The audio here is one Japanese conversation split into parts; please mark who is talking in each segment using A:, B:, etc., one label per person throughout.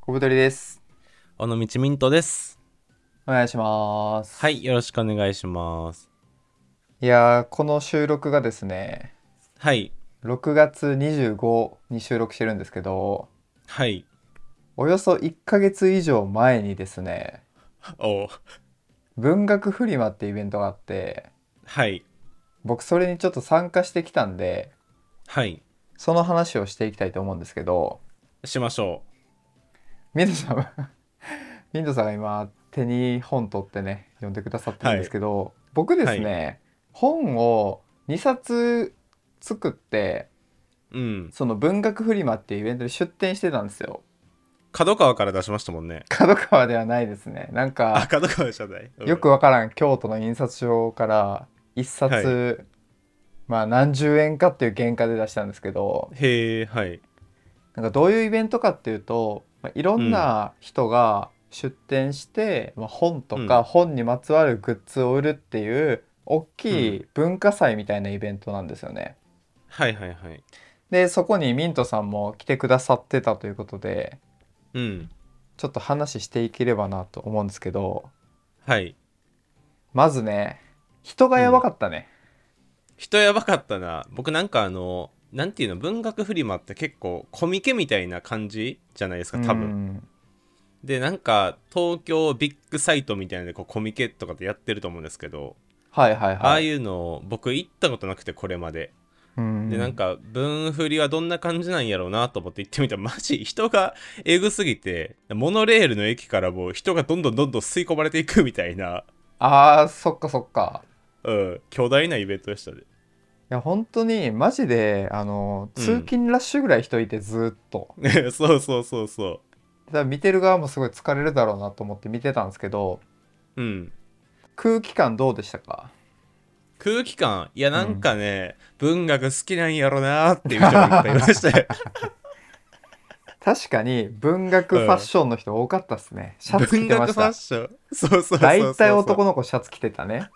A: 小太りです。
B: 尾道ミントです。
A: お願いします。
B: はい、よろしくお願いします。
A: いやー、この収録がですね、
B: はい、
A: 6月25に収録してるんですけど、
B: はい、
A: およそ1ヶ月以上前にですね、
B: おう
A: 文学フリマってイベントがあって、
B: はい、
A: 僕それにちょっと参加してきたんで、
B: はい、
A: その話をしていきたいと思うんですけど、
B: しましょ
A: ミントさんは、 ミントさんが今手に本取ってね、読んでくださってるんですけど、僕ですね、本を2冊作って、
B: う。うん、
A: その文学フリマっていうイベントに出展してたんですよ。
B: 角川から出しましたもんね。
A: 角川ではないですね。なん
B: あ、
A: か、
B: 角川じゃない。うん
A: よくわからん京都の印刷所から一冊、まあ何十円かっていう原価で出したんですけど、
B: へえ、はい、
A: なんかどういうイベントかっていうと、まあ、いろんな人が出展して、まあ、本と
B: う
A: か
B: ん
A: 本にまつわるグッズを売るっていう大きい文化祭みたいなイベントなんですよね。
B: はい、はい、はい。
A: で、そこにミントさんも来てくださってたということで、
B: うん、
A: ちょっと話していければなと思うんですけど
B: はい。
A: まずね人がやばかったね、
B: 人やばかったな。僕なんかあの、なんていうの、文学フリマって結構コミケみたいな感じじゃないですか、多分。
A: うん
B: で、なんか東京ビッグサイトみたいなのでこうコミケとかでやってると思うんですけど、
A: はいはいはい
B: ああいうのを僕行ったことなくて、これまで。
A: うん
B: でなんか分振りはどんな感じなんやろうなと思って行ってみたらマジ人がえぐすぎてモノレールの駅からもう人がどんどんどんどん吸い込まれていくみたいな、
A: あーそっかそっか
B: うん、巨大なイベントでしたね
A: いや本当にマジであの
B: うん
A: 通勤ラッシュぐらい人いてずーっと、
B: ね そうそうそうそ
A: だから見てる側もすごい疲れるだろうなと思って見てたんですけど
B: ううん
A: 空気感どうでしたか
B: 空気感いやなんかね、文学好きなんやろなっていう人がいっぱいいました よ
A: 確かに文学ファッションの人多かったっすね、シャツ着
B: 文
A: てま
B: 学
A: し
B: ファ
A: た
B: ッションそうそうそうそう
A: 大体男の子シャツ着てたね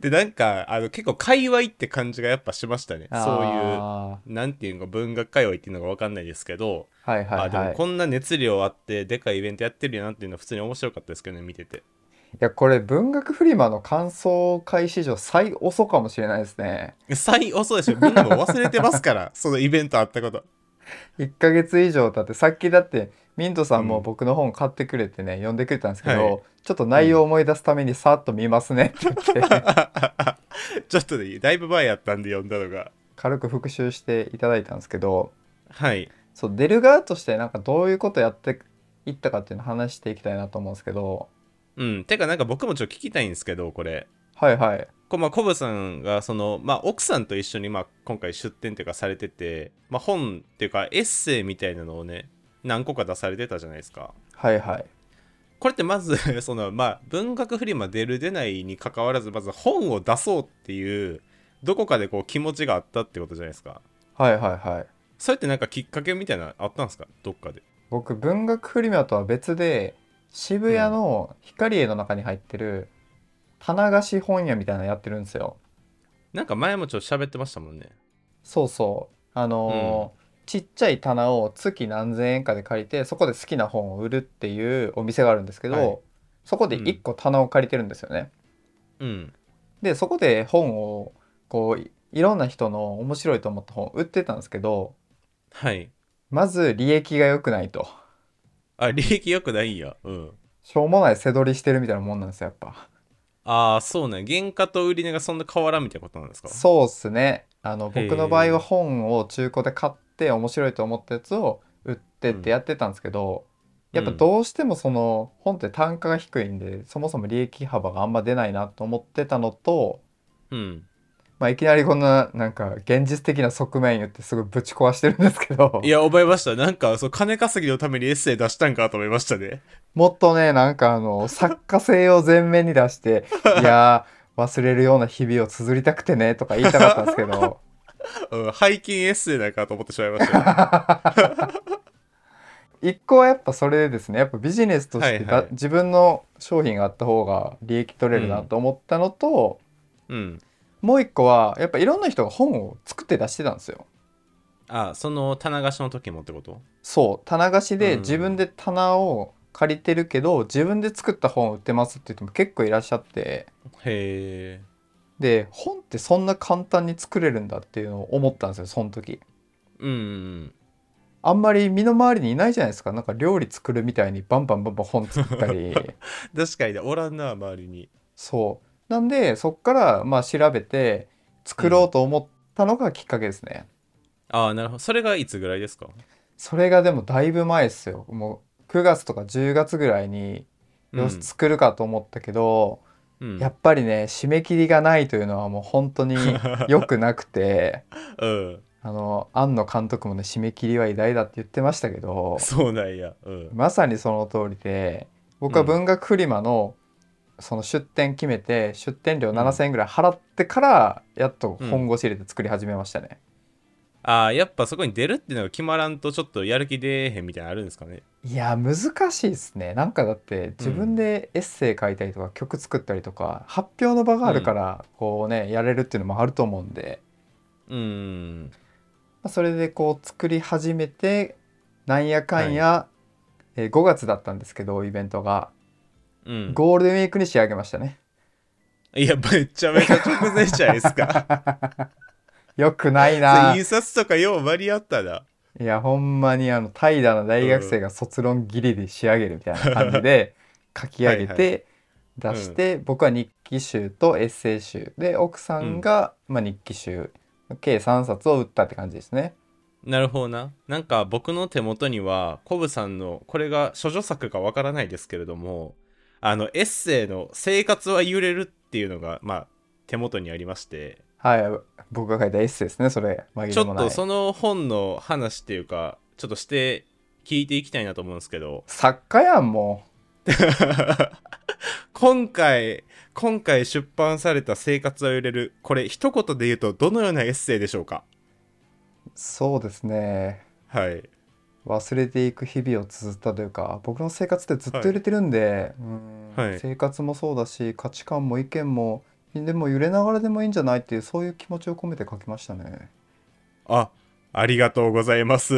B: でなんかあの結構界隈って感じがやっぱしましたねそういう
A: あ
B: なんていうか文学界隈っていうのが分かんないですけど
A: ーはいはいはい
B: あでもこんな熱量あってでかいイベントやってるよなっていうのは普通に面白かったですけどね見てて
A: いやこれ文学フリマの感想会史上最遅かもしれないですね
B: 最遅いでしょみんなもう忘れてますから そのイベントあったこと
A: 1ヶ月以上経ってさっきだってミントさん
B: う
A: も
B: ん
A: 僕の本買ってくれてね、読んでくれたんですけど、
B: はい
A: ちょっと内容を思い出すためにさっと見ますねって言って
B: ちょっとねだいぶ前やったんで読んだのが
A: 軽く復習していただいたんですけど
B: はい
A: そう出る側としてなんかどういうことやっていったかっていうのを話していきたいなと思うんですけど
B: うんてかなんか僕もちょっと聞きたいんですけどこれ
A: はいはい
B: こうまあコブさんがその、まあ、奥さんと一緒にまあ今回出展というかされてて、まあ、本っていうかエッセイみたいなのをね何個か出されてたじゃないですか
A: はいはい
B: これってまず そのまあ文学フリマ出る出ないに関わらずまず本を出そうっていうどこかでこう気持ちがあったってことじゃないですか
A: はいはいはい
B: それってなんかきっかけみたいなのあったんですかどっかで
A: 僕文学フリマとは別で渋谷の光栄の中に入ってる棚菓子本屋みたいなのやってるんですよ
B: なんか前もちょっと喋ってましたもんね
A: そうそうあのーちっちゃい棚を月何千円かで借りてそこで好きな本を売るっていうお店があるんですけど、
B: はい
A: そこで1個棚を借りてるんですよね、
B: うん
A: でそこで本をこういいろんな人の面白いと思った本を売ってたんですけど
B: はい
A: まず利益が良くないと
B: あ利益良くないんやうん
A: しょうもない背取りしてるみたいなもんなんですよやっぱ。
B: ああそうね原価と売り値がそんな変わらんみたいなことなんですか
A: そうっすねあの
B: へー
A: 僕の場合は本を中古で買って面白いと思ったやつを売ってってやってたんですけど、
B: うん
A: やっぱどうしてもその本って単価が低いんでそもそも利益幅があんま出ないなと思ってたのと、
B: うん
A: まあ、いきなりこんななんか現実的な側面言ってすごいぶち壊してるんですけど
B: いや覚えましたなんかそう金稼ぎのためにエッセイ出したんかと思いましたね
A: もっとねなんかあ の作家性を前面に出していやー忘れるような日々を綴りたくてねとか言いたかったんですけど。
B: うん背筋エッセイなんかと思ってしまいましたよ
A: 一個はやっぱそれですねやっぱビジネスとしてだ、
B: はいはい
A: 自分の商品があった方が利益取れるなと思ったのと、
B: うん
A: もう一個はやっぱいろんな人が本を作って出してたんですよ
B: あその棚貸しの時もってこと
A: そう棚貸し
B: う
A: で
B: ん
A: 自分で棚を借りてるけど、自分で作った本を売ってますって人も結構いらっしゃって
B: へえ
A: で本ってそんな簡単に作れるんだっていうのを思ったんですよその時
B: うんうん
A: あんまり身の回りにいないじゃないですかなんか料理作るみたいにバンバンバンバン本作った り
B: 確かにねおらんな周りに
A: そうなんでそっからまあ調べて作ろうと思ったのがきっかけですね、
B: ああなるほどそれがいつぐらいですか
A: それがでもだいぶ前ですよもう9月とか10月ぐらいによし作るかと思ったけど、
B: うんうん
A: やっぱりね締め切りがないというのはもう本 当に良くなくて
B: うん
A: あの庵野監督もね締め切りは偉大だって言ってましたけど
B: そうなんやうん
A: まさにその通りで僕は
B: うん
A: 文学フリマの、その出店決めて出店料7,000円ぐらい払ってからやっと本腰入れて作り始めましたね、
B: ああやっぱそこに出るっていうのが決まらんとちょっとやる気出えへんみたいなのあるんですかね
A: いや難しいですねなんかだって自分でエッセイ書いたりとか曲作ったりとか発表の場があるからこうねやれるっていうのもあると思うんで、
B: うん
A: まあそれでこう作り始めてなんやかんや、えー5月だったんですけどイベントが
B: うん
A: ゴールデンウィークに仕上げましたね、
B: いやめちゃめちゃ直前じゃないです か
A: よくないな
B: 印刷とかよう間に合ったない
A: やほんまにあの怠惰な大学生が卒論ギリで仕上げるみたいな感じ で書き上げて
B: はい
A: 出して、僕は日記集とエッセイ集で奥さんが、まあ、日記集計3冊を売ったって感じですね
B: なるほどななんか僕の手元にはコブさんのこれが諸女作かわからないですけれどもあのエッセイの「生活は揺れる」っていうのがまあ手元にありまして
A: はい僕が書いたエッセイですねそれ紛
B: ち
A: れ
B: ょ
A: も
B: っ
A: ない
B: とその本の話っていうかちょっとして聞いていきたいなと思うんですけど
A: 作家やんも
B: 今回今回出版された「生活は揺れる」これ一言で言うとどのようなエッセイでしょうか
A: うそうですね
B: はい
A: 忘れていく日々を綴ったというか僕の生活ってずっと揺れてるんで、うーん
B: はい
A: 生活もそうだし価値観も意見もでも揺れながらでもいいんじゃないっていうそういう気持ちを込めて書きましたね。
B: あありがとうございます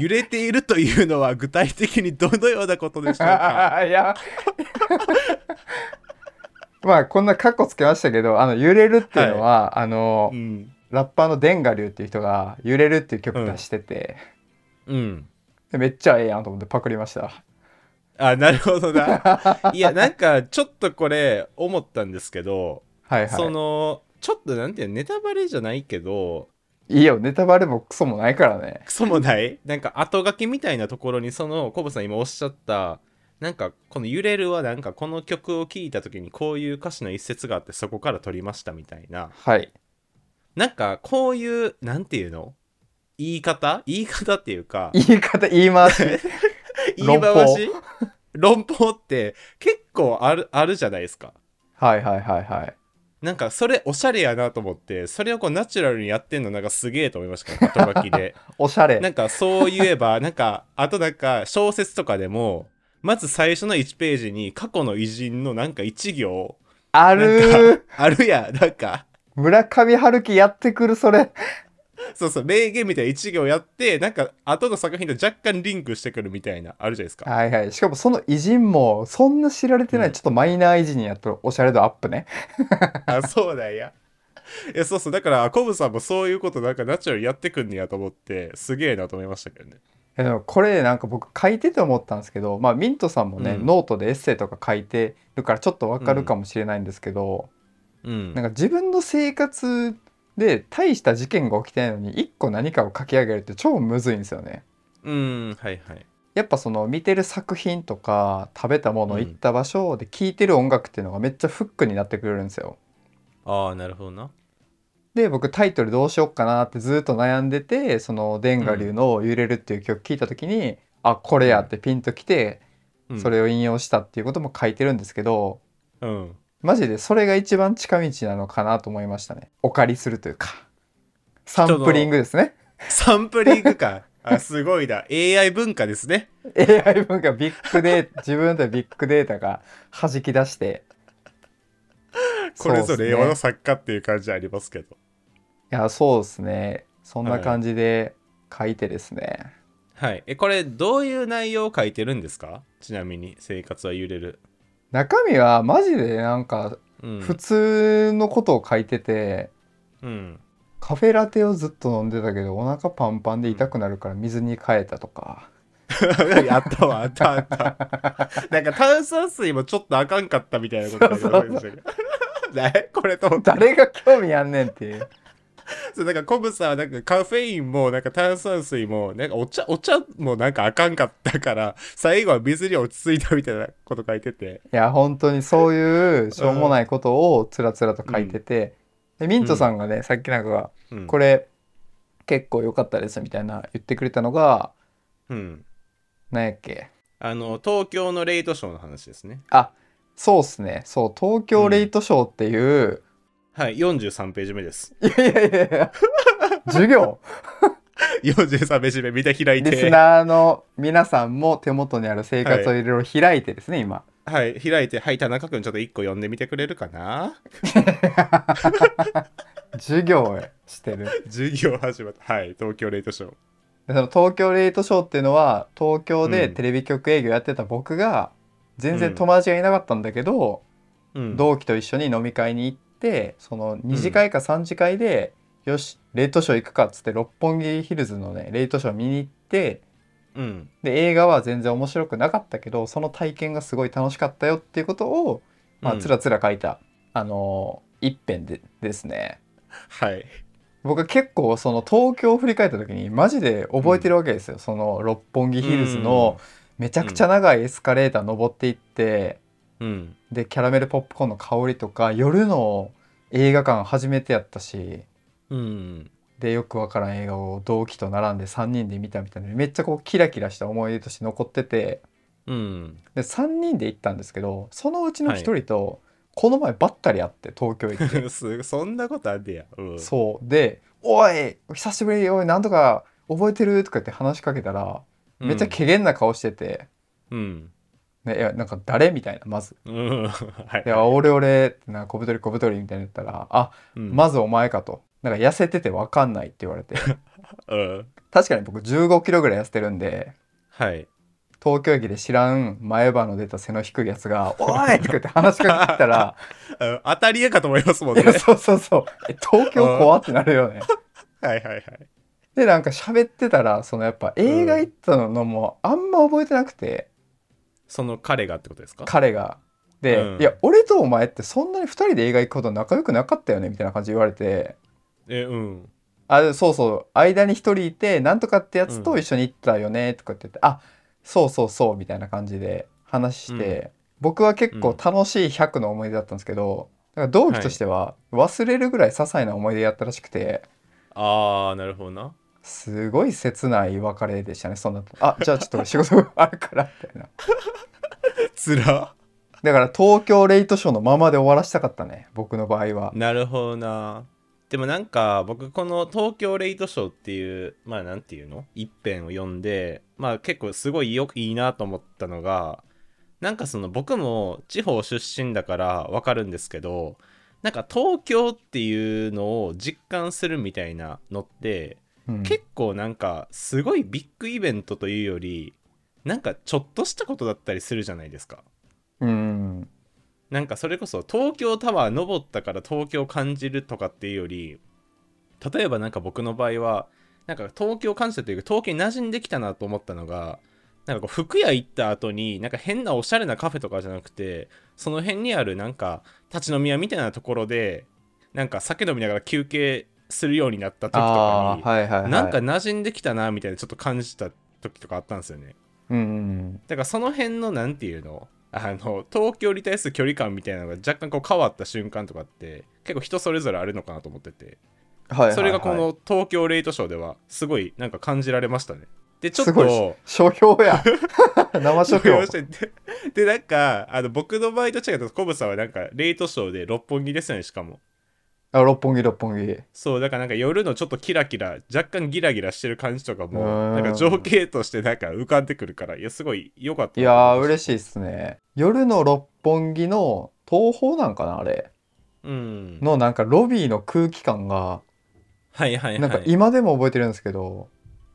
B: 揺れているというのは具体的にどのようなことでしょう か
A: いや まあこんなカッコつけましたけどあの揺れるっていうのは、あの、
B: うん
A: ラッパーのデンガリュウっていう人が「揺れる」っていう曲出してて、
B: うん
A: でめっちゃええやんと思ってパクりました。
B: あなるほど ないやなんかちょっとこれ思ったんですけど、
A: はいは
B: そ
A: い。
B: のちょっとなんていうのネタバレじゃないけど
A: いいよネタバレもクソもないからね。
B: クソもない なんか後書きみたいなところにそのコブさん今おっしゃったなんかこの「揺れる」はなんかこの曲を聴いた時にこういう歌詞の一節があってそこから取りましたみたいな
A: はい。
B: なんかこういうなんていうの言い方言い方っていうか
A: 言い方言い回し
B: 言い回し論法って結構あるあるじゃないですか
A: はいはいはいはい
B: なんかそれおしゃれやなと思ってそれをこうナチュラルにやってんのなんかすげえと思いました後書きで
A: おしゃれ
B: なんかそういえばなんかあとなんか小説とかでもまず最初の1ページに過去の偉人のなんか1行
A: ある
B: なん
A: ー
B: かあるやん なんか
A: 村上春樹やってくるそれ
B: そうそう名言みたいな1行やってなんか後の作品と若干リンクしてくるみたいなあるじゃないですか
A: はいはいしかもその偉人もそんな知られてない、
B: うん
A: ちょっとマイナー偉人にやったらおしゃれ度アップね
B: あそうなんや。いやそうそうだからコブさんもそういうことなんかナチュラルやってくんねやと思ってすげえなと思いましたけどね
A: えでもこれなんか僕書いてて思ったんですけどまあミントさんもね、
B: うん
A: ノートでエッセイとか書いてるからちょっとわかるかもしれないんですけど、
B: うん
A: なんか自分の生活で大した事件が起きてないのに一個何かを書き上げるって超むずいんですよね。
B: うんはいはい
A: やっぱその見てる作品とか食べたもの
B: うん
A: 行った場所で聴いてる音楽っていうのがめっちゃフックになってくれるんですよ。
B: ああなるほどな
A: で僕タイトルどうしよっかなってずっと悩んでてそのデンガ流の「揺れる」っていう曲聴いた時に、あこれやってピンときて
B: うん
A: それを引用したっていうことも書いてるんですけど、
B: うん
A: マジでそれが一番近道なのかなと思いましたね。お借りするというかサンプリングですね。
B: サンプリングかあすごいな AI 文化ですね
A: AI 文化ビッグデータ自分でビッグデータが弾き出して。
B: これぞ
A: そうっすね
B: 令和の作家っていう感じありますけど
A: いやそうですねそんな感じで書いてですね、
B: はい。え、これ、どういう内容を書いてるんですかちなみに、生活は揺れる。
A: 中身はマジでなんか
B: うん。
A: 普通のことを書いてて、
B: うん。
A: カフェラテをずっと飲んでたけどお腹パンパンで痛くなるから水に変えたとか、
B: あったわ、あったあった。なんか炭酸水もちょっとあかんかったみたいなこと書いてましたけど。 ねこれと思った
A: 誰が興味あんねんっていう
B: そうなんかコブさんはなんかカフェインもなんか炭酸水もなんかお茶お茶もなんかあかんかったから最後は水に落ち着いたみたいなこと書いてて
A: いや本当にそういうしょうもないことをつらつらと書いてて、でミントさんがね、さっきなんか
B: うん
A: これ結構良かったですみたいな言ってくれたのが
B: うん
A: 何やっけ
B: あの東京のレイトショーの話ですね
A: あそうっすねそう東京レイトショーっていう、
B: はい43ページ目 です
A: いやいやいやいや授業
B: 43ページ目見て開い
A: リス
B: て
A: ナーの皆さんも手元にある生活をいろいろ開いてですね、今
B: はい開いてはい田中君ちょっと1個読んでみてくれるかな
A: 授業をしてる
B: 授業始まったはい東京レイトショー
A: でその東京レイトショーっていうのは東京で
B: うん
A: テレビ局営業やってた僕が全然友達がいなかったんだけど、
B: うん
A: 同期と一緒に飲み会に行ってその2次会か3次会で、よしレイトショー行くかっつって六本木ヒルズのねレイトショー見に行って
B: うん
A: で映画は全然面白くなかったけどその体験がすごい楽しかったよっていうことを、まあ、
B: うん
A: つらつら書いた、あのー一編でですね
B: はい
A: 僕は結構その東京を振り返った時にマジで覚えてるわけですよ、その六本木ヒルズのめちゃくちゃ長いエスカレーター登っていって、
B: うん
A: でキャラメルポップコーンの香りとか夜の映画館初めてやったし
B: うん
A: でよくわからん映画を同期と並んで3人で見たみたいなめっちゃこうキラキラした思い出として残ってて。
B: うん
A: で3人で行ったんですけどそのうちの1人とこの前ばったり会って東京行って、
B: すそんなことあんねやうん
A: そうで「おい久しぶりおいなんとか覚えてる?」とか言って話しかけたらめっちゃけげんな顔してて
B: うんうん
A: 「ね、いやなんか誰?」みたいなまず
B: うんは
A: 「
B: い
A: いや俺俺」ってなんか小太り小太りみたいに言ったら「あ
B: うん
A: まずお前か」と。なんか痩せててわかんないって言わ れて
B: うん
A: 確かに僕1 5キロぐらい痩せてるんで
B: はい
A: 東京駅で知らん前歯の出た背の低いやつが「おい!」とか言って話しかけてきた ら
B: うん当たり屋かと思いますもん
A: い や
B: ね
A: そうそうそうえ東京怖ってなる よね
B: はいはいはい
A: でなんか喋ってたらそのやっぱ映画行ったのもあんま覚えてなくて、
B: その彼がってことですか
A: 彼がで、
B: うん
A: いや俺とお前ってそんなに2人で映画行くほど仲良くなかったよねみたいな感じで言われて
B: えうん
A: あそうそう間に1人いてなんとかってやつと一緒に行ったよねとかって言って、あそうそうそうみたいな感じで話して、僕は結構楽しい100の思い出だったんですけどだから同期としては忘れるぐらい些細な思い出やったらしくて。
B: ああなるほどな
A: すごい切ない別れでしたねそんなあじゃあちょっと 俺仕事があるからみたいな
B: つら
A: だから東京レイトショーのままで終わらせたかったね僕の場合は
B: なるほどなでもなんか僕この「東京レイトショー」っていうまあなんていうの一編を読んでまあ結構すごいよいいなと思ったのがなんかその僕も地方出身だからわかるんですけどなんか東京っていうのを実感するみたいなのって
A: うん
B: 結構なんかすごいビッグイベントというよりなんかちょっとしたことだったりするじゃないですか。
A: うん
B: なんかそれこそ東京タワー登ったから東京感じるとかっていうより例えばなんか僕の場合はなんか東京感じたというか東京に馴染んできたなと思ったのがなんかこう服屋行った後になんか変なおしゃれなカフェとかじゃなくてその辺にあるなんか立ち飲み屋みたいなところでなんか酒飲みながら休憩するようになった時とか
A: あ
B: に
A: あはいはい、はい、
B: なんか馴染んできたなみたいなちょっと感じた時とかあったんですよね
A: うんうん
B: だからその辺のなんていうのあの東京に対する距離感みたいなのが若干こう変わった瞬間とかって結構人それぞれあるのかなと思ってて
A: はいはいはい
B: それがこの東京レイトショーではすごいなんか感じられましたねでちょっ
A: すごい
B: と
A: 書評 や生書評
B: で でなんかあの僕の場合と違ってコブさんはなんかレイトショーで六本木ですよねしかも
A: あ六本木六本木
B: そうだからなんか夜のちょっとキラキラ若干ギラギラしてる感じとか
A: うー
B: も
A: ん
B: なんか情景としてなんか浮かんでくるからいやすごい良かった
A: いやー
B: れ
A: 嬉しいっすね夜の六本木の東宝なんかなあれ
B: うん
A: のなんかロビーの空気感が
B: はいはいはい
A: なんか今でも覚えてるんですけど、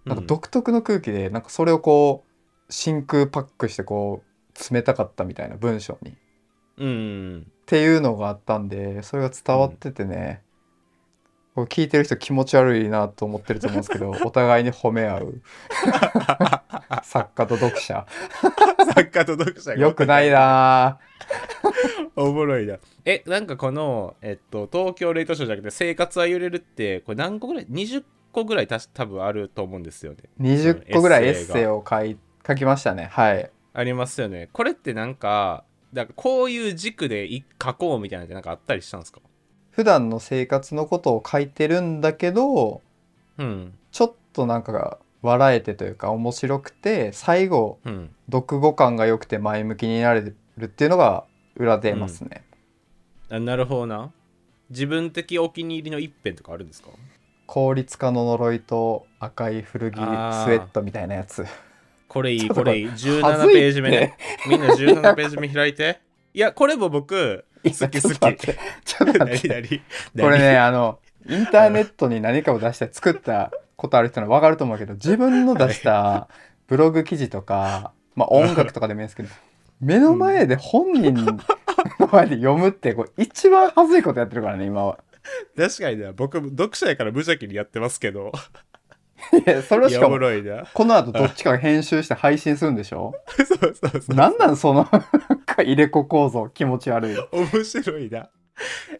A: なんか独特の空気でなんかそれをこう真空パックしてこう冷たかったみたいな文章にっ
B: うん、うん、
A: ていうのがあったんでそれが伝わっててね、こう聞いてる人気持ち悪いなと思ってると思うんですけ どお互いに褒め合 う作家と読者
B: 作家と読者が
A: よくないな
B: おもろいなえなんかこの、えっと、東京レイトショーじゃなくて「生活は揺れる」ってこれ何個ぐらい20個ぐらいたし多分あると思うんですよね
A: 20個ぐらいエ
B: エ
A: ッ
B: ッ
A: セ
B: セ
A: イ
B: イ
A: を書い書きましたねはい
B: ありますよねこれってなんかだからこういう軸でい書こうみたいなのってなんかあったりしたんですか
A: 普段の生活のことを書いてるんだけど
B: うん
A: ちょっとなんか笑えてというか面白くて最後
B: うん
A: 読後感が良くて前向きになれるっていうのが裏テーマですね、
B: あなるほどな自分的お気に入りの一編とかあるんですか
A: 効率化の呪いと赤い古着スウ
B: あー
A: ェットみたいなや つ
B: これい
A: ち
B: い
A: ょっと
B: これいい
A: は
B: 17
A: ずいって
B: ページ目ねみんな17ページ目開いていやこれも僕
A: いや
B: 好き好
A: ちょ っ
B: き
A: と待ってちょっと待っ
B: 何
A: て
B: 何
A: これねあのインターネットに何かを出して作ったことある人の分かると思うけど自分の出したブログ記事とか、まあ、音楽とかでもいいんですけど目の前で本 人の前で読むってこう一番恥ずいことやってるからね今は。
B: 確かにな僕読者やから無邪気にやってますけど
A: いやそれを
B: い
A: し
B: や
A: か
B: おも
A: も
B: ろ いな
A: この後どっちかが編集して配信するんでしょ
B: そうそうそう
A: なんなんその なんか入れ子構造気持ち悪い
B: 面白いな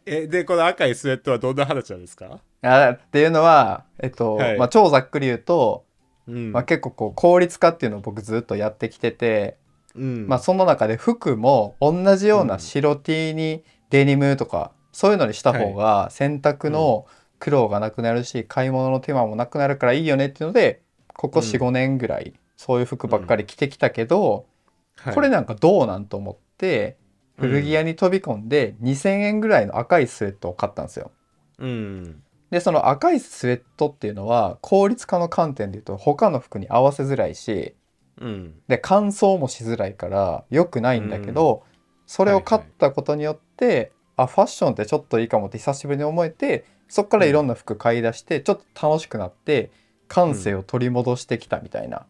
B: えでこの赤いスウェットはどんな話なんですか
A: あっていうのは、えっと
B: はい
A: まあ、超ざっくり言うと、
B: うん
A: まあ、結構こう効率化っていうのを僕ずっとやってきてて、
B: うん
A: まあ、その中で服も同じような白 T にデニムとか、そういうのにした方が洗濯の苦労がなくなるし、買い物の手間もなくなるからいいよねっていうのでここ45、5年ぐらいそういう服ばっかり着てきたけど、
B: はい
A: これなんかどうなんと思って古着屋に飛び込んで2,000円ぐらいの赤いスウェットを買ったんですよ。
B: うん
A: でその赤いスウェットっていうのは効率化の観点で言うと他の服に合わせづらいし
B: うん
A: で乾燥もしづらいから良くないんだけど、それを買ったことによって、あファッションってちょっといいかもって久しぶりに思えてそっからいろんな服買い出してちょっと楽しくなって感性を取り戻してきたみたいな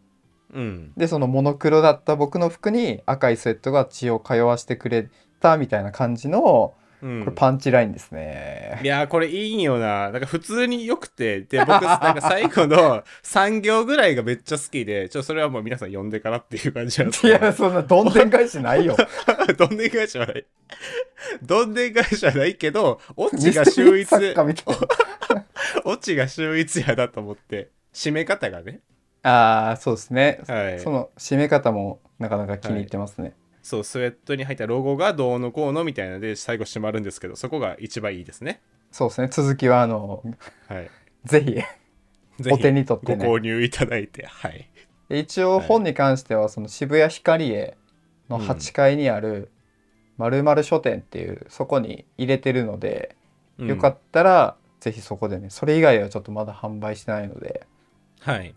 B: うん
A: でそのモノクロだった僕の服に赤いスウェットが血を通わしてくれたみたいな感じのこ
B: うん
A: れパンチラインですね。
B: いやーこれいいんよななんか普通によくてで僕なんか最 後の3行ぐらいがめっちゃ好きでちょそれはもう皆さん呼んでからっていう感じなんです
A: い
B: けど
A: やそんなどんでん返しないよ。
B: どんでん返しはない。どんでん返しはないけど、オチが秀逸、
A: 作家みたい
B: オチが秀逸やなと思って、締め方がね。
A: な。ああそうですね。
B: はい。
A: そ
B: そ
A: の締め方もなかなか気に入ってますね。
B: う、スウェットに入ったロゴがどうのこうのみたいなので、最後締まるんですけど、そこが一番いいですね。
A: そうですね続きはあの
B: はい。
A: ぜひ
B: ぜ
A: お手
B: ひ、
A: に取っ
B: ご
A: てね。
B: 購入いただいて、はい。
A: 一応本に関してはその渋谷ヒカリエの8階にある〇〇書店っていうそこに入れてるので。よか
B: っ
A: ったら、ぜひそこでねそれ以外はちょっとまだ販売してないので
B: た。はい。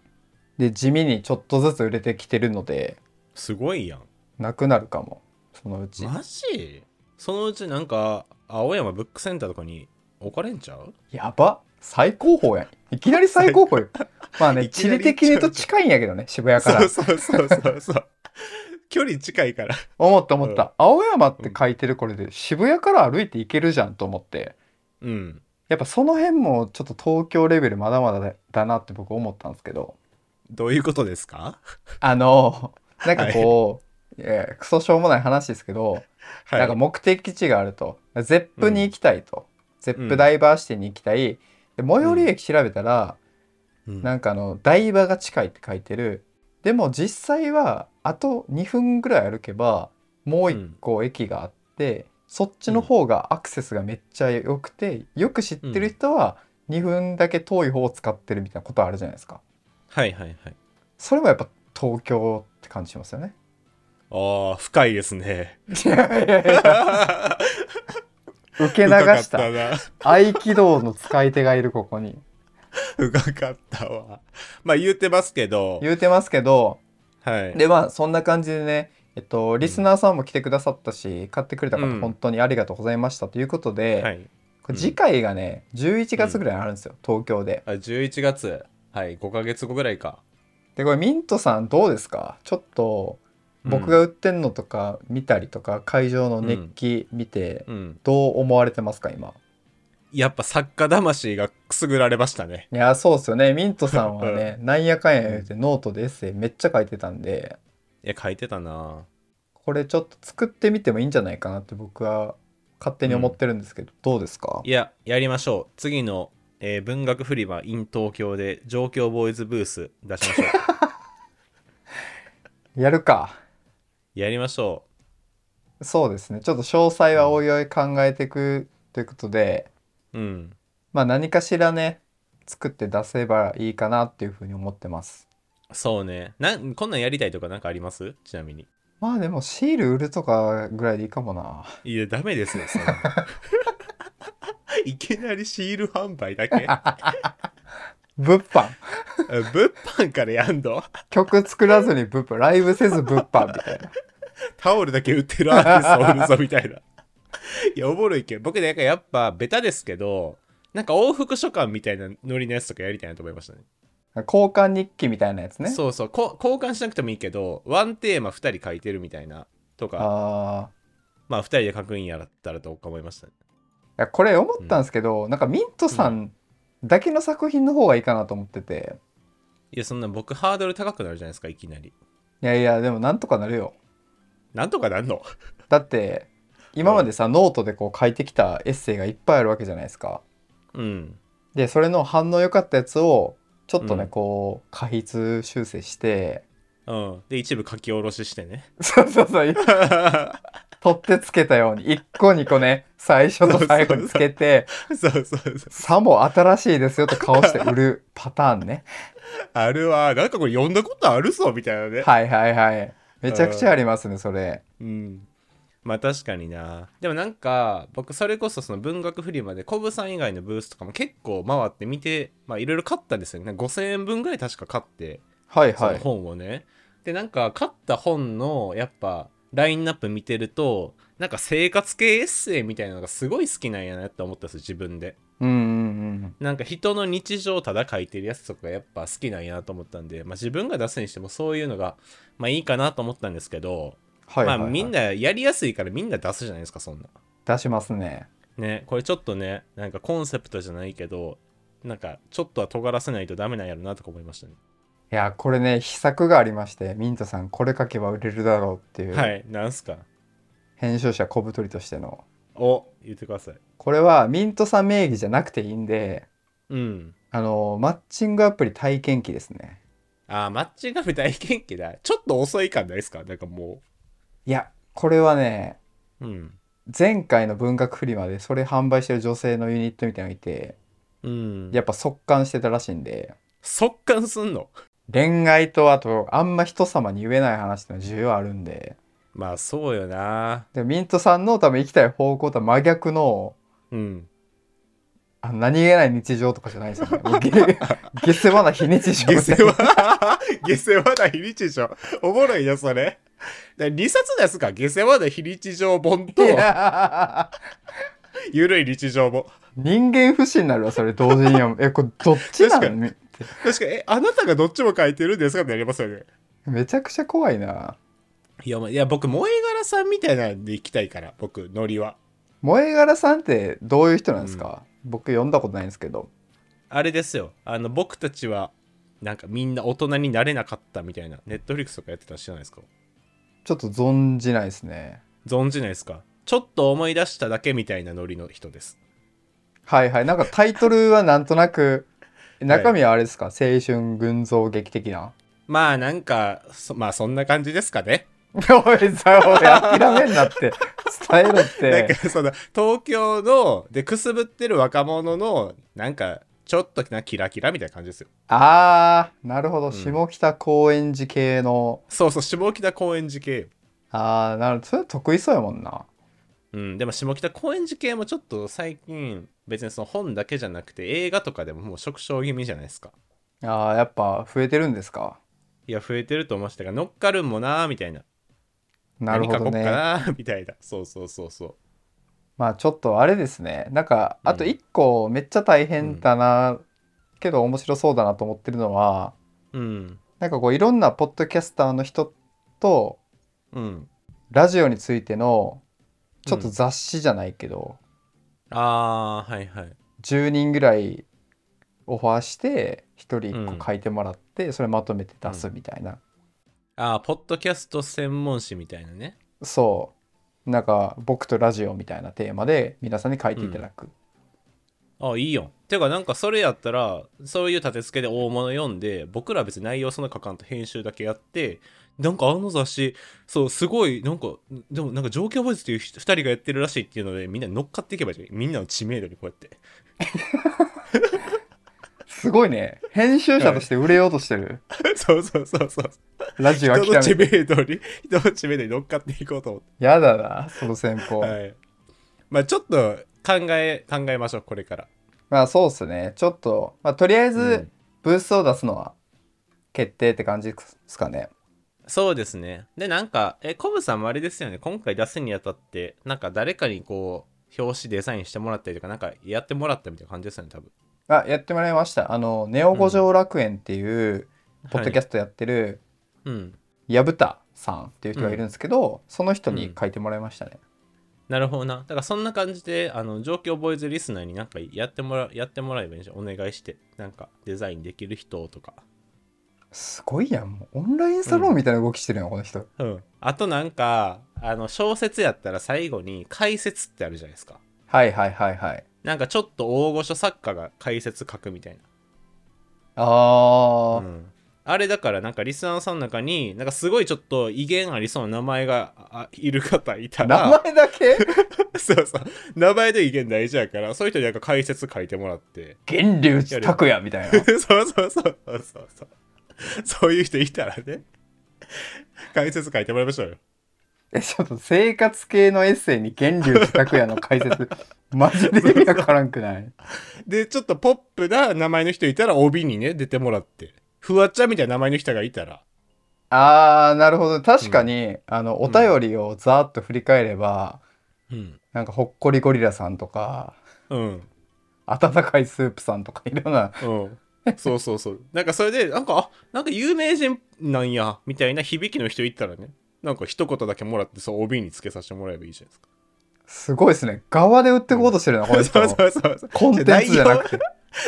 A: で地味にちょっとずつ売れてきてるのです
B: ごいやん。
A: なくなるかもそのうち、
B: マジそのうちなんか、青山ブックセンターとかに置かれんちゃう
A: やば最高峰やんいきなり最高 峰よまあね
B: いき
A: 地
B: な
A: 理
B: り
A: 的に言うと近いんやけどね渋谷か
B: そう
A: ら
B: そうそうそうそう。 距離近いから。
A: 思った思った、
B: うん
A: 青山って書いてるこれで渋谷から歩いて行けるじゃんと思って
B: うん。
A: やっぱその辺もちょっと東京レベルまだまだだだなって僕思ったんですけど
B: どういうことですか
A: あのなんかこう、いやクソしょうもない話ですけど
B: はい。
A: なんか目的地があるとゼップに行きたいと、ゼップダイバーシティに行きたい、で最寄り駅調べたら、
B: うん
A: なんかあの台場が近いって書いてるでも実際はあと2分ぐらい歩けばもう一個駅があって、そっちの方がアクセスがめっちゃ良くてよく知ってる人は2分だけ遠い方を使ってるみたいなことあるじゃないですか
B: はいはいはい。
A: それもやっぱ東京って感じしますよ ね
B: ああ、深いですね。
A: いやいやいや受け
B: 深
A: 流
B: かっ
A: した
B: たな。
A: 合気道の使い手がいるここに
B: 深かったわ。まあ言うてますけど。
A: 言うてますけど
B: はい。
A: でまあそんな感じでねえっとリスナーさんも来てくださったし、買ってくれた
B: う
A: 方
B: ん
A: 本当にありがとうございましたということで、
B: はい。
A: これ次回がね、11月ぐらいにあるんですよ、東京で。
B: あ11月はい5ヶ月後ぐらいか
A: で、これミントさんどうですかちょっと、僕が売ってんのとか見たりとか、会場の熱気見て、
B: うん
A: どう思われてますか、今。
B: やっぱ作家魂がくすぐられましたね
A: いや、そうっすよね。ミントさんは ね、なんやかんや言うてノートでエッセイめっちゃ書いてたんで、
B: いや書いてたな
A: これちょっと作ってみてもいいんじゃないかなって僕は勝手に思ってるんですけど、どうですか
B: いややりましょう次の、えー文学フリマ in 東京で上京ボーイズブース出しま しょう
A: やるか。
B: やりましょ
A: そうですね。ちょっと詳細はおいおい考えていくということで、
B: ううん
A: まあ何かしらね、作って出せばいいかなっていうふうに思ってます。
B: そうねなんこんなんやりたいとかなんかありますちなみに
A: まあでもシール売るとかぐらいでいいかもな。
B: いやダメですよそ んないきなりシール販売だけあ
A: 物 販。
B: 物販からやんの
A: 曲作らずに物販。ライブせず物販みたいな。
B: タオルだけ売ってるアーティストおるぞみたいな。いや、おもろいけど、僕なんかやっぱベタですけど、なんか往復書簡みたいなノリのやつとかやりたいなと思いましたね。
A: 交換日記みたいなやつね。
B: そうそうこ交換しなくてもいいけど、ワンテーマ2人書いてるみたいなとか、
A: ああ。
B: まあ2人で書くんやったらとか思いましたね。
A: いやこれ思ったんですけど、なんかミントさんだけの作品の方がいいかなと思ってて、
B: いや、そんな僕ハードル高くなるじゃないですか、いきなり。
A: いやいやでもなんとかなるよ
B: なんとかなんの
A: だって今までさ、ノートでこう書いてきたエッセイがいっぱいあるわけじゃないですか
B: うん。
A: でそれの反応良かったやつをちょっとね、
B: うん
A: こう過筆修正して
B: うん。で、一部書き下ろししてね。
A: そうそうそう取ってつけたように1個2個ね最初と最後につけて
B: そうそうそう。
A: さも新しいですよと顔して売るパターン ね
B: あれは、なんかこれ読んだことあるぞみたいなね。
A: はいはいはいめちゃくちゃありますねそれ
B: うんまあ確かになでもなんか僕それこそその文学フリマでコブさん以外のブースとかも結構回って見てまあいろいろ買ったんですよね5000円分ぐらい確か買って
A: はい
B: そ
A: は
B: の
A: い
B: 本をね、でなんか買った本のやっぱラインナップ見てるとなんか生活系エッセイみたいなのがすごい好きなんやなって思ったんですよ自分で
A: うんうんうん
B: なんか人の日常をただ書いてるやつとかやっぱ好きなんやなと思ったんで、まあ、自分が出すにしてもそういうのがまあいいかなと思ったんですけど
A: はいはい、
B: まあみんなやりやすいからみんな出すじゃないですかそんな
A: 出しますね
B: ねこれちょっとねなんかコンセプトじゃないけどなんかちょっとは尖らせないとダメなんやろなとか思いましたね
A: いやこれね秘策がありましてミントさんこれ書けば売れるだろうっていう、
B: はいなんすか
A: 編集者小太りとしての
B: お言ってください
A: これはミントさん名義じゃなくていいんで
B: うん
A: あのマッチングアプリ体験記ですね
B: あーマッチングアプリ大元気だちょっと遅い感ないですかなんかも
A: いやこれはね
B: ううん
A: 前回の文学フリマでそれ販売してる女性のユニットみたいなのがいて
B: うん
A: やっぱ速乾してたらしいんで
B: 速乾すんの
A: 恋愛とあとあんま人様に言えない話っていうのは重要あるんで
B: まあそうよな
A: でミントさんの多分行きたい方向とは真逆の
B: うん
A: あの何気ない日常とかじゃないですよね。もうげ 下世話な非日常
B: 下
A: みたい
B: 世
A: な。
B: 話下世話な非日常おもろいなそれ2冊ですか下世話な非日常本と
A: いや
B: ゆるい日常も
A: 人間不信になるわ、それ同時に読む。え、これどっちな
B: 確
A: の
B: か
A: め
B: 確かに、え、あなたがどっちも書いてるんですかってやりますよね。
A: めちゃくちゃ怖いな。
B: いや、まあいや僕、萌え柄さんみたいなんで行きたいから、僕、ノリは。
A: 萌え柄さんってどういう人なんですか、僕読んだことないんですけど。
B: あれですよ、あの、僕たちは、なんかみんな大人になれなかったみたいな、ネットフリックスとかやってたら知らないですか
A: ちょっと存じないですね。
B: 存じないですかちょっと思い出しただけみたいなノリの人です。
A: はいはい。なんかタイトルはなんとなく、中身はあれですか、青春群像劇的な。
B: まあ、なんか、そまあ、そんな感じですかね。
A: おい、さおい、諦めんなって。伝えろっ
B: なんか
A: て。、
B: その、東京の、で、くすぶってる若者の、なんか、ちょっとな、キラキラみたいな感じですよ。
A: あー、なるほど。下北高円寺系の。
B: そうそう、下北高円寺系よ。
A: ああ、なるほど。それ得意そうやもんな。
B: うん、でも下北高円寺系もちょっと最近別にその本だけじゃなくて映画とかでももう縮小気味じゃないですか
A: ああ、やっぱ増えてるんですか。
B: いや増えてると思いましたが乗っかるんもなーみたいな
A: なるほど
B: 何書こっ
A: ね。
B: か
A: ま
B: なーみたいなそうそうそうそう
A: まあちょっとあれですねなんかあと1個めっちゃ大変だな、けど面白そうだなと思ってるのは
B: うん
A: なんかこういろんなポッドキャスターの人と
B: うん
A: ラジオについてのちょっと雑誌じゃないけど、
B: ああはいはい
A: 10人ぐらいオファーして1人1個書いてもらって、それまとめて出すみたいな、
B: ああポッドキャスト専門誌みたいなね
A: そうなんか僕とラジオみたいなテーマで皆さんに書いていただく、
B: ああいいよてかなんかそれやったらそういう立て付けで大物読んで僕ら別に内容そんな書かんと編集だけやってなんかあの雑誌そうすごいなんかでもなんか状況ボイスっていう2人がやってるらしいっていうのでみんな乗っかっていけばいいじゃんみんなの知名度にこうやって
A: すごいね編集者として売れようとしてる、
B: そうそうそうそう。
A: ラジオ
B: 人の
A: 諦
B: 知
A: めて
B: 名度に、人の知名度に乗っかっていこうと思っ
A: やだなその戦法、
B: て。はい。まあちょっと考え、考えましょう、これから。
A: まあそうっすねちょっと、まあ、とりあえ
B: う
A: ず
B: ん
A: ブースを出すのは決定って感じですかね
B: そうですね。で、なんか、え、コブさんもあれですよね。今回出すにあたって、なんか誰かにこう、表紙デザインしてもらったりとか、なんかやってもらったみたいな感じですよね、多分。
A: あやってもらいましたあの「ネオ五条楽園」っていうポッドキャ
B: ス
A: ストやってる
B: ト。うん。
A: 薮田さんっていう人がいるんですけど、その人に書いてもらいましたね、
B: なるほどな。だからそんな感じで、あの、状況ボーイズリスナーになんかやってもら、やってもらえばいいんじゃん。お願いして、なんかデザインできる人とか。
A: すごいやんもうオンラインサロンみたいな動きしてるよ、この人
B: うん、あとなんかあの小説やったら最後に解説ってあるじゃないですか
A: はいはいはいはい
B: なんかちょっと大御所作家が解説書くみたい
A: あ
B: な、
A: ー、
B: うん、あれだからなんかリスナーさんの中になんかすごいちょっと威厳ありそうな名前があいる方いた
A: 名
B: ら
A: 前だけ
B: そうそう名前で威厳大事やからそういう人になんか解説書いてもらって
A: 源流寺拓也みたいな
B: そうそうそうそうそうそうそういう人いたらね解説書いてもらいましょうよ
A: えちょっと生活系のエッセイに源流寺拓也の解 説マジで意味わからんくない
B: で、ちょっとポップな名前の人いたら、帯にね、出てもらって。フワちゃんみたいな名前の人がいたら。
A: あーなるほど確かに、あのお便りをざーっと振り返れば、
B: うん。
A: なんかほっこりゴリラさんとか
B: うん。
A: 温かいスープさんとかいろんな
B: うん。そうそうそう。なんかそれで、なんか、あ、なんか有名人なんや、みたいな響きの人いたらね、なんか一言だけもらって、そう、帯につけさせてもらえばいいじゃないですか。
A: すごいですね側で売ってこうとしてるなこの人
B: そうそうそうそう。
A: コンテンツじゃなくて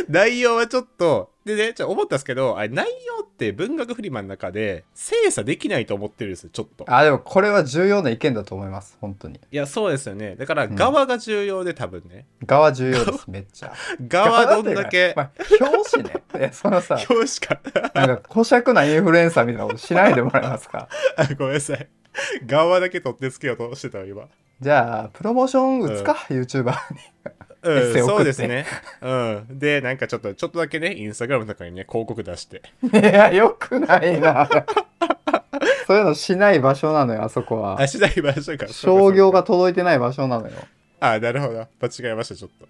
B: 内容はちょっと、でね、ちょっと思ったんですけど、あれ内容って文学フリマの中で精査できないと思ってるんですよ、ちょっと。
A: あでもこれは重要な意見だと思います本当に
B: いや、そうですよね。だから、
A: うん
B: 側が重要で、多分ね。
A: 側重要 ですめっちゃ
B: 側どんだけ、
A: 側っていうかまあ、表紙ねいやそのさ
B: 表しか。
A: なんか小尺なインフルエンサーみたいなことしないでもらえますか
B: あごめんなさい。側だけ取ってつけようとしてたわ、今。
A: じゃあプロモーション打つか、YouTuber に
B: う
A: エッセイ
B: ん、
A: 送って
B: そうですね。うん。で、なんかちょっと、ちょっとだけね、インスタグラムとかにね、広告出して。
A: いやよくないなそういうのしない場所なのよあそこは
B: あ、しない場所か。
A: 商業
B: が。
A: が届いてない場所なのよ
B: あ、なるほど。間違えました、ちょっと。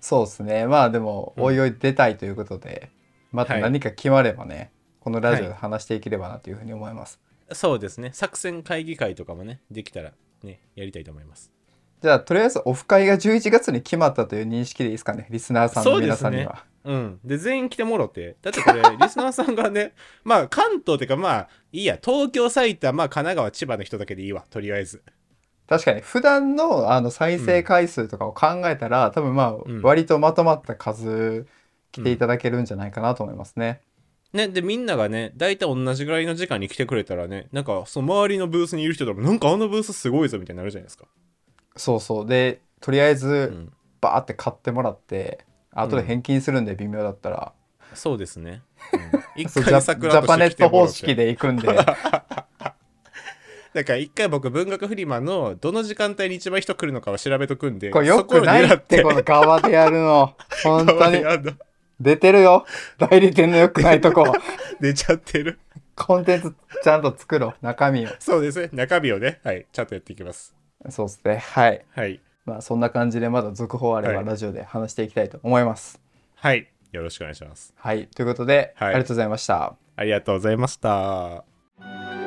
A: そうですねまあでも、
B: うん
A: おいおい出たいということでまた
B: はい
A: 何か決まればね、このラジオで
B: は
A: 話していければなというふうに思います、
B: そうですね。作戦会議会とかもね、できたら、ね、やりたいと思います。
A: じゃあとりあえずオフ会が11月に決まったという認識でいいですかねリスナーさんの皆さんには、
B: うん。で、全員来てもろて。だってこれ、リスナーさんがね、 まあ、関東っていうか、まあ、いいや、東京、埼玉、神奈川、千葉の人だけでいいわ、とりあえず。
A: 確かに普段のあの再生回数とかを考えたら、多分まあ
B: うん
A: 割とまとまった数来ていただけるんじゃないかなと思いますね、
B: ね、でみんながね大体同じぐらいの時間に来てくれたらねなんかその周りのブースにいる人とかもなんかあのブースすごいぞみたいになるじゃないですか、
A: そうそうでとりあえ
B: う
A: ず
B: ん、
A: バーって買ってもらって、後で返金するんで微妙だったら、
B: そうですね、うん一
A: そうジ
B: 回
A: ャ
B: 桜
A: ジ
B: と
A: ャパネ
B: して
A: ッ
B: 来て
A: ト
B: もら
A: 方
B: って
A: 式で行くん で
B: だから一回僕文学フリマのどの時間帯に一番人来るのかを調べとくんで
A: これよくないって
B: そこ
A: この側でやる の
B: を
A: 本
B: 狙
A: 当
B: って
A: に
B: あの
A: 出てるよ代理店のよくないと こ
B: 出ちゃってる
A: コンテンツちゃんと作ろう中身を
B: そうですね中身をねはいちゃんとやっていきます
A: そうですねはい
B: はい
A: まあそんな感じでまだ続報あれば
B: はい
A: ラジオで話していきたいと思います
B: はいよろしくお願いします
A: はい、ということで、
B: はい
A: ありがとうございました
B: ありがとうございました